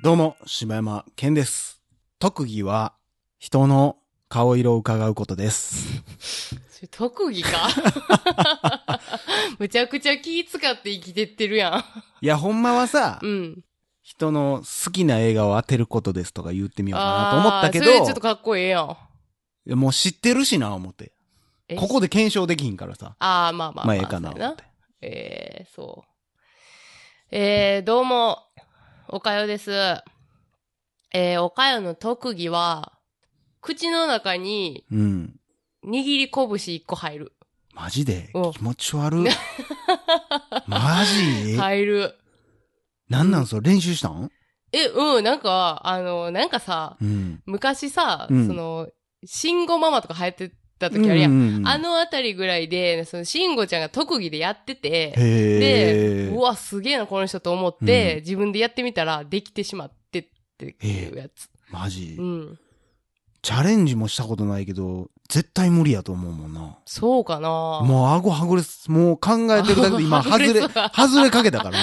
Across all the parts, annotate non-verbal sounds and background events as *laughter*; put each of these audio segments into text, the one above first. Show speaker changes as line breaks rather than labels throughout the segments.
どうも、柴山健です。特技は、人の顔色を伺うこと
*laughs*
です。
それ特
*laughs*
技かむちゃくちゃ気使って生きてってるや
いや、ほんまはさ
ん。う、ん。
人の好きな映画を当てることですとか言ってみようかなと思
あ
っ
あ
たけ
ーそれちょっと
ど、
かっこええやん。
もう知ってるしな、思って。
え
ここで検証できひんからさ。
ああ、まあまあ、
まあ、ええかな、
そう
思
や
って。
ええそう。えー、どうも、おかよです。えー、おかよの特技は、口の中に
うん。
握り拳一個入る。
マジで
うん
気持ち
*laughs*
悪い。マジ、
入る。
なんなんそれ練習したん
え、うん、なんか、あの、なんかさ、
うん。
昔さ、
うん
その、慎吾ママとか流行ってた時あるやん。
うんうんうん
あのあたりぐらいで、その、慎吾ちゃんが特技でやってて、
へ
で、
ー
うわ、すげえな、この人と思って、
うん
自分でやってみたら、できてしまってっていうやつ。
マジ、
うん。
チャレンジもしたことないけど、絶対無理やと思うもんな。
そうかな
もう顎はぐれす、もう考えてるだけで今
は
外
ぐれ
れ、
そうだ
外れかけた
*laughs*
からね。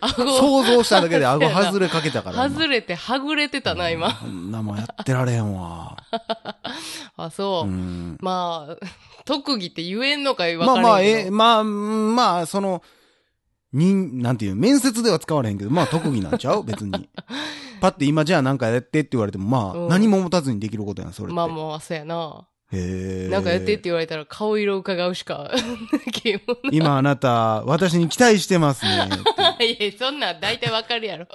今
顎、
想像しただけで顎
そうやな
外れかけたから。
外れて、はぐれてたな、今。
こんなもんやってられへんわ。
あ、そうう。
ん。
まあ、 *laughs* 特技って言えんのかわ
ま
か
あ
らんけど。
まあ、え、まあ、うんまあ、その、人、なんていう、面接では使われへんけど、まあ特技なんちゃ
*laughs*
う別に。パって今じゃあなんかやってって言われても、まあ、
うん
何も持たずにできることやん、それって。
まあまあ、そうやな。
へえ。
なんかやってって言われたら顔色伺うしか *laughs* 気も
今あなた、私に期待してます
*laughs*
ね。
ない。いや、そんなん大体わかるやろ。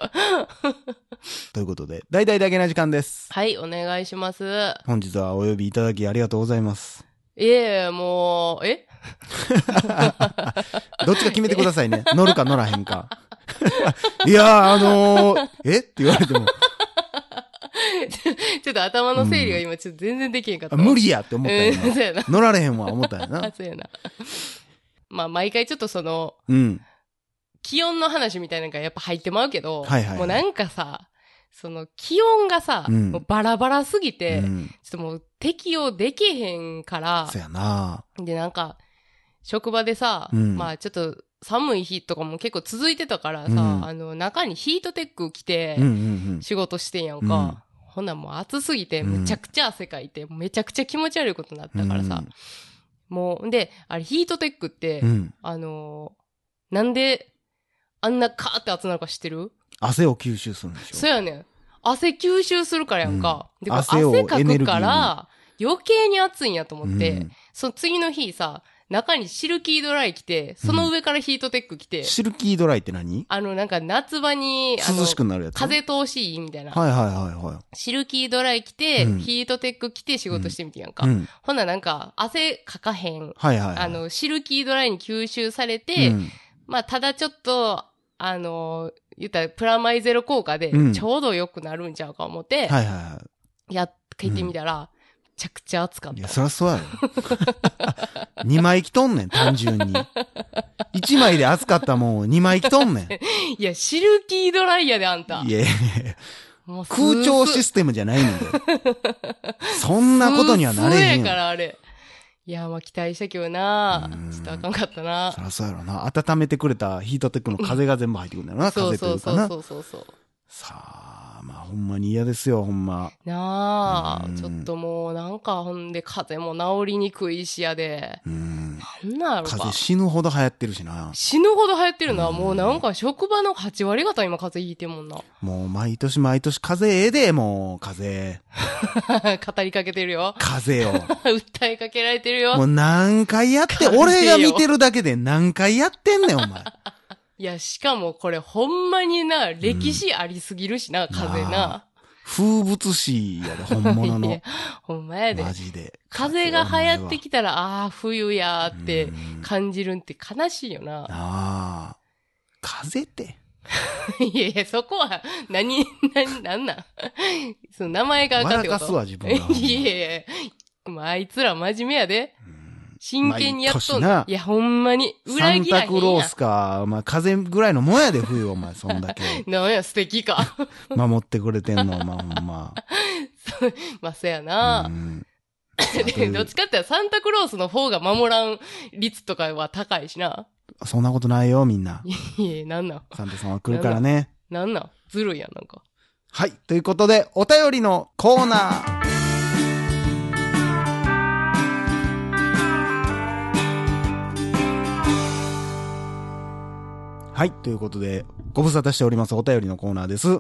ということで、大々だけな時間です。
はい、お願いします。
本日はお呼びいただきありがとうございます。
いえ、もう、え
どっちか決めてくださいね。 *laughs* 乗るか乗らへんか。 *laughs* いやー、あのー、えって言われても、
ちょっと頭の整理が今ちょっと全然できへんかった
あ
わ。
無理やって思った
うん、
よ
そう
な。
やな。 *laughs*
乗られへんわ、思ったよな。
そうやな。まあ、毎回ちょっとその、
うん。
気温の話みたいなのがやっぱ入ってまうけど、
はいはいはい
もうなんかさ、その気温がさ、
うん
もうバラバラすぎ
う
て、ちょ
ん。
っともう適応できへんから、
そやな。
で、なんか、職場でさ、
うん
まあちょっと寒い日とかも結構続いてたからさ、
うん
あの、中にヒートテック着て
うんうんうん。
仕事してんやんか。
うん
ほんなんもう暑すぎて、
うん
むちゃくちゃ汗かいて、めちゃくちゃ気持ち悪いことになったからさ。もう、んで、あれヒートテックって、
うん。うん。
あのーなんで、あんなカーって熱なるか知ってる
汗を吸収するんでし
そ
ょ。
うやねん。汗吸収するからやんか。
うん
でこれ
汗を
汗か
エネルギ
く
ー
か
に
ら、余計に暑いんやと
う
思って、
ん。
その次の日さ、中にシルキードライ着て、その上からヒートテック着て、
シルキードライって何
あの、なんか夏場に、あの、
涼しくなるやつ。はい
風通しいいみたいな。
はいはいは
シルキードライ着て、
うん
ヒートテック着て仕事してみてやんか。
い。うん。
ほんならなんか、汗かかへ
は
ん。
いはいはい。
あの、シルキードライに吸収されて、
うん、
まあ、ただちょっと、あの、言ったらプラマイゼロ効果で
うん、
ちょうど良くなるんちゃうか思って、
はいはいは
やっ、書いてみたら、めちゃくちゃ暑かっ
い。いや、。
た
そらそうやろ。 *laughs* 二枚着とんねん、単純に。一枚で暑かったもんを二枚着とんね
*laughs*
ん。
いや、シルキードライやで、あんた
い。やいやいや
もうすーすー
空調システムじゃないの
*laughs*
で。そんなことにはなれへ
スース
ん
ーやか
よ。
らあれ。いや、まあ期待したけどな
う。ん
ちょっとあかんかったな
そ。らそうやろな。温めてくれたヒートテックの風が全部入ってくるんだろな、
そう
風と
そ
いううか
そう
な。
そうそうそう。
さあ、まあほんまに嫌ですよ、ほんま。
なあ
う、ん
ちょっともうなんかほんで風邪も治りにくいしやで。
うん。
なんなんやろ
風
か
邪。死ぬほど流行ってるしな。
死ぬほど流行ってるな。
うん
もうなんか職場の8割方今風邪ひいてんもんな。 *laughs*
もう毎年毎年風邪ええで、もう、風邪。
語りかけてるよ。 *laughs*
風邪を。
訴えかけられてる
も
よ
う。何回やって、
風邪よ
俺が見てるだけで何回やってんねん、お前。 *laughs*
いや、しかもこれほんまにな、歴史ありすぎるしな、風邪な。
風物詩やで、本物
い
の
や。ほんまやで
マ。ジで。
風が流行ってきたら、ああー、冬やーっ
う
て
ん
感じるんって悲しいよな。
ああ。風って。
*laughs* いやいや、そこは、何、何、何なん *laughs* その名前があかんっ
笑
てこ
か
と。
すわ、自分が。
*laughs* いやいや、まあ、あいつら真面目やで。
うん
真剣にやっと
毎年
ん
ない
や、ほんまに。
サ
裏
ン
切ら
タ
へん
クロー
や
スか、お前、風ぐらいのもんやで、冬、お前、そんだけ。
*laughs* ん。なんや、素敵か。 *laughs*
守ってくれてんの、お前、ほんま。
まあ、そや
う
な。 *laughs*
ん
でどっちかって言ったらサンタクロースの方が守らん率とかは高いしな。
そんなことないよ、みんな。
いえ、なんなん
サンタさんは来るからね。
なんなんずるいやん、なんか。
はい。ということで、お便りのコーナー。はい。ということで、ご無沙汰しておりますお便りのコーナーです。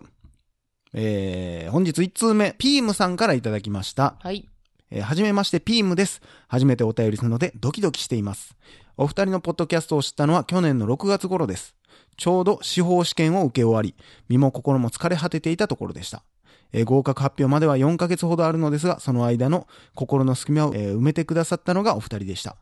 えー、本日1通目、ピームさんからいただきました。
はい。
えーはじめまして、ピームです。初めてお便りするので、ドキドキしています。お二人のポッドキャストを知ったのは去年の6月頃です。ちょうど司法試験を受け終わり、身も心も疲れ果てていたところでした。えー合格発表までは4ヶ月ほどあるのですが、その間の心の隙間を、えー埋めてくださったのがお二人でした。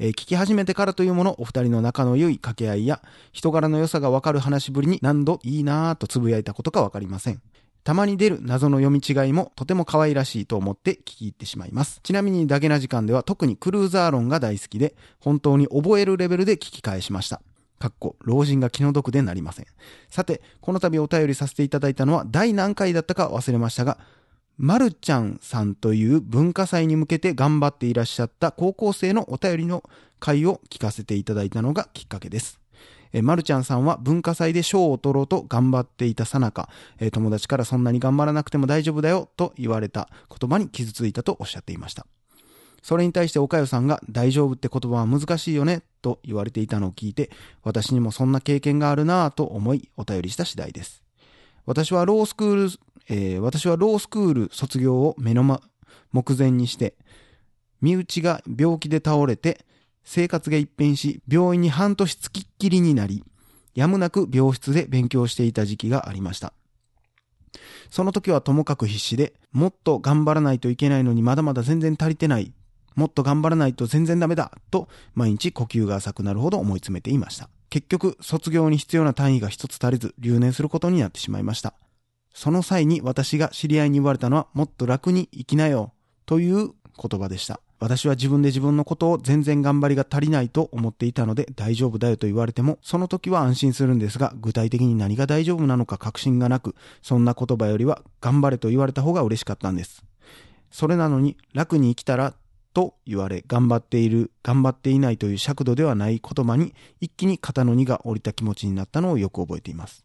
えー聞き始めてからというもの、お二人の仲の良い掛け合いや、人柄の良さがわかる話しぶりに何度いいなぁとつぶやいたことかわかりません。たまに出る謎の読み違いもとても可愛らしいと思って聞き入ってしまいます。ちなみにダゲな時間では特にクルーザー論が大好きで、本当に覚えるレベルで聞き返しました。かっこ、老人が気の毒でなりません。さて、この度お便りさせていただいたのは第何回だったか忘れましたが、まるちゃんさんという文化祭に向けて頑張っていらっしゃった高校生のお便りの回を聞かせていただいたのがきっかけです。えー、まるちゃんさんは文化祭で賞を取ろうと頑張っていたさなか、えー友達からそんなに頑張らなくても大丈夫だよと言われた言葉に傷ついたとおっしゃっていました。それに対して岡代さんが大丈夫って言葉は難しいよねと言われていたのを聞いて、私にもそんな経験があるなぁと思いお便りした次第です。私はロースクール、えー私はロースクール卒業を目のま、目前にして、身内が病気で倒れて、生活が一変し、病院に半年付きっきりになり、やむなく病室で勉強していた時期がありました。その時はともかく必死で、もっと頑張らないといけないのにまだまだ全然足りてない。もっと頑張らないと全然ダメだと毎日呼吸が浅くなるほど思い詰めていました。結局、卒業に必要な単位が一つ足りず、留年することになってしまいました。その際に私が知り合いに言われたのは、もっと楽に生きなよ、という言葉でした。私は自分で自分のことを全然頑張りが足りないと思っていたので大丈夫だよと言われても、その時は安心するんですが、具体的に何が大丈夫なのか確信がなく、そんな言葉よりは頑張れと言われた方が嬉しかったんです。それなのに楽に生きたらと言われ、頑張っている、頑張っていないという尺度ではない言葉に、一気に肩の荷が下りた気持ちになったのをよく覚えています。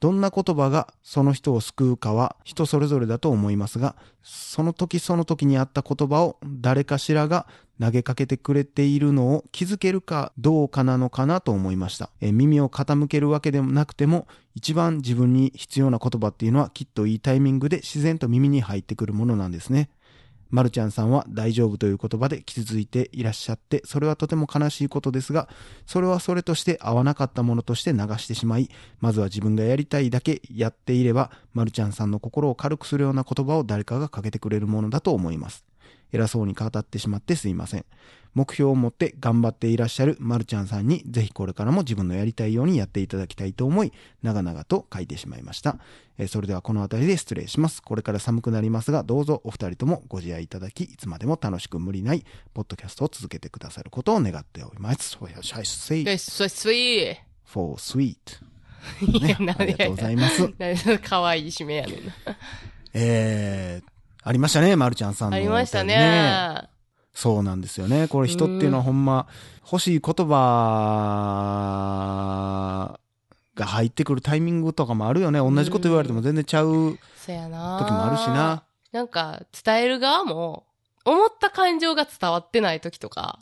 どんな言葉がその人を救うかは人それぞれだと思いますが、その時その時にあった言葉を誰かしらが投げかけてくれているのを気づけるかどうかなのかなと思いました。えー耳を傾けるわけでもなくても、一番自分に必要な言葉っていうのはきっといいタイミングで自然と耳に入ってくるものなんですね。まるちゃんさんは大丈夫という言葉で傷ついていらっしゃって、それはとても悲しいことですが、それはそれとして合わなかったものとして流してしまい、まずは自分がやりたいだけやっていれば、まるちゃんさんの心を軽くするような言葉を誰かがかけてくれるものだと思います。偉そうに語ってしまってすいません。目標を持って頑張っていらっしゃるまるちゃんさんに、ぜひこれからも自分のやりたいようにやっていただきたいと思い、長々と書いてしまいました。えーそれではこの辺りで失礼します。これから寒くなりますが、どうぞお二人ともご自愛いただき、いつまでも楽しく無理ない、ポッドキャストを続けてくださることを願っております。そうや、シャイスイ
で、そ、すい。い
for sweet.
や、
ね、ありがとうございます。
*laughs* なんでその可愛い締めやねんな。
えー、ありましたね、まるちゃんさんの、
ありましたね。。
そうなんですよね。これ人っていうのはほんま、欲しい言葉が入ってくるタイミングとかもあるよね。同じこと言われても全然ちゃう
そやな
時もあるしな。。
なんか、伝える側も、思った感情が伝わってない時とか、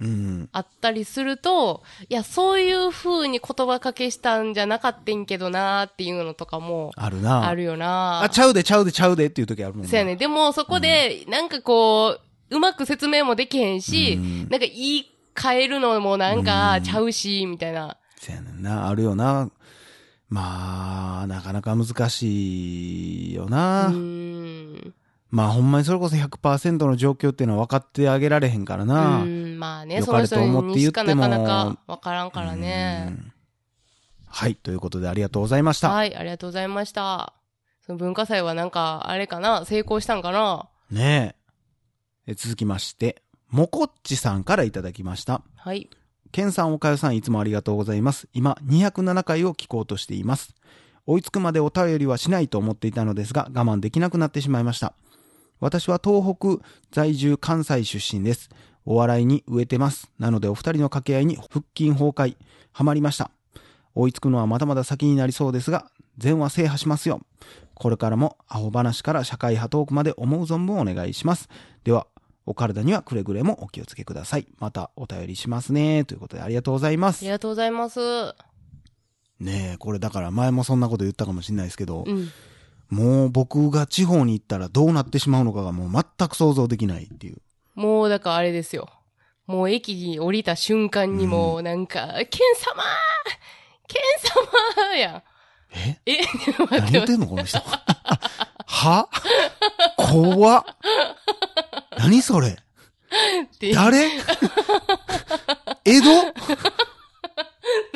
うん。
あったりすると、いや、そういう風に言葉かけしたんじゃなかったんけどなーっていうのとかも、
あるな。
あるよな
あ、ちゃうでちゃうでちゃうでっていう時あるもん
そうやね。でも、そこで、なんかこう、うまく説明もできへんし、
うん
なんか言い換えるのもなん
う
か
ん
ちゃうし、みたいな。
そうやねんな。あるよな。まあ、なかなか難しいよ
う
な。
ん。
まあ、ほんまにそれこそ100%の状況っていうのは分かってあげられへんからな。
うんまあね、
良
そ
か
の
れ
人
と思って
に
言
し
っ
か
て
な
も
かなかわからんから
う
ね。
んはい。ということで、ありがとうございました。
はい、ありがとうございました。その文化祭はなんか、あれかな成功したんかな
ねえ。え続きまして、もこっちさんからいただきました。
はい。
ケンさん、おかよさん、いつもありがとうございます。今、207回を聞こうとしています。追いつくまでお便りはしないと思っていたのですが、我慢できなくなってしまいました。私は東北在住関西出身です。お笑いに植えてます。なのでお二人の掛け合いに腹筋崩壊、ハマりました。追いつくのはまだまだ先になりそうですが、全話制覇しますよ。これからもアホ話から社会派トークまで思う存分お願いします。では、お体にはくれぐれもお気をつけください。またお便りしますね。ということでありがとうございま
あ
す
り。がとうございます。う
ねえ、これだから前もそんなこと言ったかもしれないですけど、
ん。
もう僕が地方に行ったらどうなってしまうのかがもう全く想像できないっていう。
もう、だからあれですよ。もう駅に降りた瞬間にもう、なんか、ケン様ケン様やん。
え
え
何
待
言
っ、
っててんのこの人。は怖っ。何それ
って
誰江戸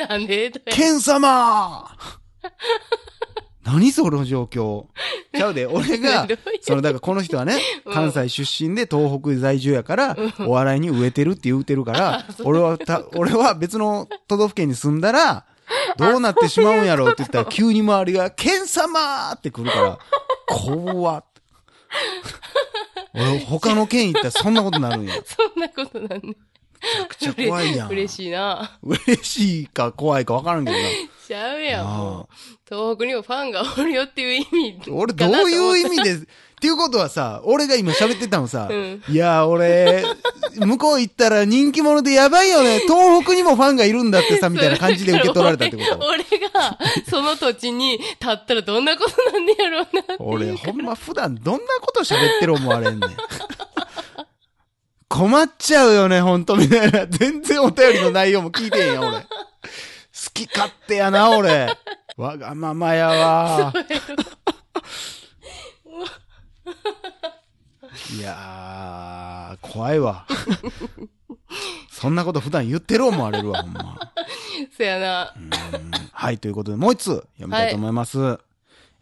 なんでとか
剣
*laughs*
様何その状況ちゃ
*laughs*
うで、俺が
どういう、
その、だからこの人はね、
うん
関西出身で東北在住やから、お笑いに植えてるって言うてるから、俺はた、俺は別の都道府県に住んだ
*laughs*
ら、どうなってしまうんやろうって言ったら、急に周りが、剣様って来るから、怖
*laughs*
っ。俺、他の県行ったらそんなことになるんや。め
そんなことなんね。
ちゃくちゃ怖いやん。
嬉
い。
しいな。
嬉しいか怖いか分からんけどな。
ちゃうやん。
なあ
もう東北にもファンがおるよっていう意味。
俺、どういう意味で、っていうことはさ、俺が今喋ってたのさ、
うん
いや、俺、向こう行ったら人気者でやばいよね、東北にもファンがいるんだってさ、みたいな感じで受け取られたってこ
だから
と。
俺 *laughs* 俺が、その土地に立ったらどんなことなんねやろうなっていう。
俺、ほんま普段どんなこと喋ってる思われんね *laughs* ん。困っちゃうよね、ほんと、みたいな。全然お便りの内容も聞いてへんや、俺。好き勝手やな、俺。わがままやわ。
*laughs*
いやー、怖いわ。 *laughs* そんなこと普段言ってる思われるわ、ほんま。
そやな。
はい、ということで、もう一通読みたいと思います。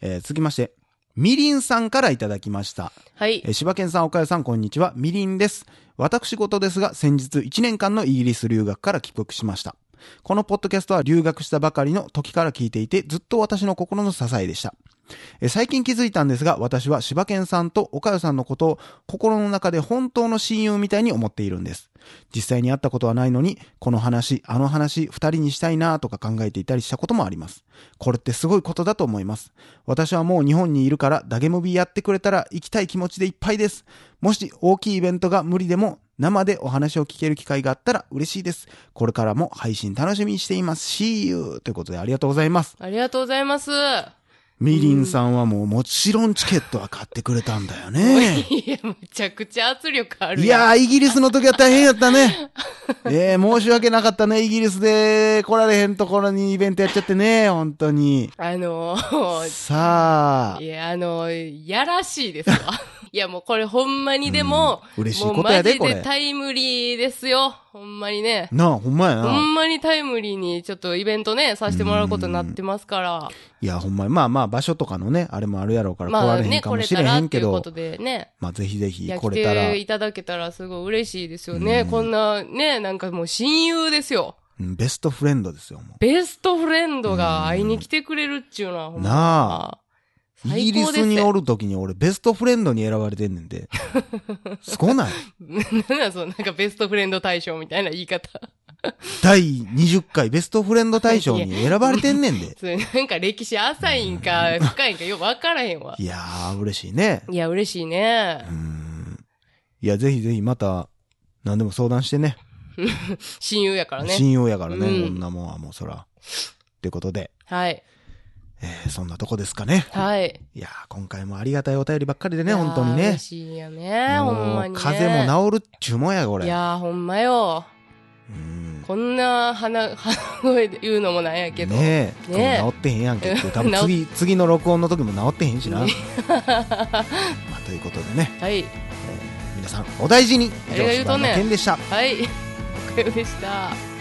えー続きまして、みりんさんからいただきました。
はい
えー。柴犬さん、岡谷さん、こんにちは。みりんです。私事ですが、先日1年間のイギリス留学から帰国しました。このポッドキャストは留学したばかりの時から聞いていて、ずっと私の心の支えでした。えー最近気づいたんですが、私は柴犬さんと岡谷さんのことを心の中で本当の親友みたいに思っているんです。実際に会ったことはないのに、この話、あの話、二人にしたいなとか考えていたりしたこともあります。これってすごいことだと思います。私はもう日本にいるから、ダゲムビやってくれたら行きたい気持ちでいっぱいです。もし大きいイベントが無理でも、生でお話を聞ける機会があったら嬉しいです。これからも配信楽しみにしています。See you! ということでありがとうございます。
ありがとうございます。
みりんさんはもうもちろんチケットは買ってくれたんだよね。
いや、むちゃくちゃ圧力ある
い
やん。
やー、イギリスの時は大変やった
*laughs*
ね。えー、申し訳なかったね。イギリスで来られへんところにイベントやっちゃってね。本当に。
あのー、
さあ
い。や、あのー、やらしい
*laughs*
ですわ。いや、もうこれほんまにでも、
うん嬉しい
もう
ことやで
マジ
これ
でタイムリーですよ。ほんまにね。
なあ、ほんまや
ほ
な。
んまにタイムリーにちょっとイベントね、させてもらうことになってますから。
いや、ほんまに。まあまあ、場所とかのね、あれもあるやろうから来
ま
ら
あ
れへん
ね、
か
こ
も
れ
したれ
ら
へ
っ
ん
て
け
いうこ
ど
と、でね。
まあ、ぜひぜひ
いや
来
来
れたら
て、いただけたらすごい嬉しいですよね。こんなね、なんかもう親友ですよ。
うんベストフレンドですよ、も
ベストフレンドが会いに来てくれるっちゅうのはほんま、
なう。イギ
最
リ
高で
ス
す
にお
よ。
る時に俺、ベストフレンドに選ばれてんねん
*laughs*
で。すごない
なん *laughs* だそのなんかベストフレンド大賞みたいな言い方。
第20回ベストフレンド大賞に選ばれてんねんで。
それなんか歴史浅いんか深いんかよくわからへんわ。
いやー、嬉しいね。
いや、嬉しいね
う。ん。いや、ぜひぜひまた、何でも相談してね。
親友やからね。
親友やからね、
うん
こんなもんはもうそら。ってことで、
はい。
えーそんなとこですかね。
はい。
いやー、今回もありがたいお便りばっかりでね、
いやー
本当にね
嬉。しいよね。
も
ほ
うん
まに、ね。
風邪も治るっちゅうもんや、こ
い
れ。
やー、ほんまよ。
うん。
こんな鼻、鼻声で言うのもなんやけど。
ねえ。
ねえ
これ治ってへんやんけって。多
*laughs* 治
分
っ
次、次の録音の時も治ってへんし
*laughs*
な。まあ、ということでね、
はい。
皆さん、お大事に。以
誰が
上、
言うと
柴
んねん *laughs*
田健でした。
はい。おかよでした。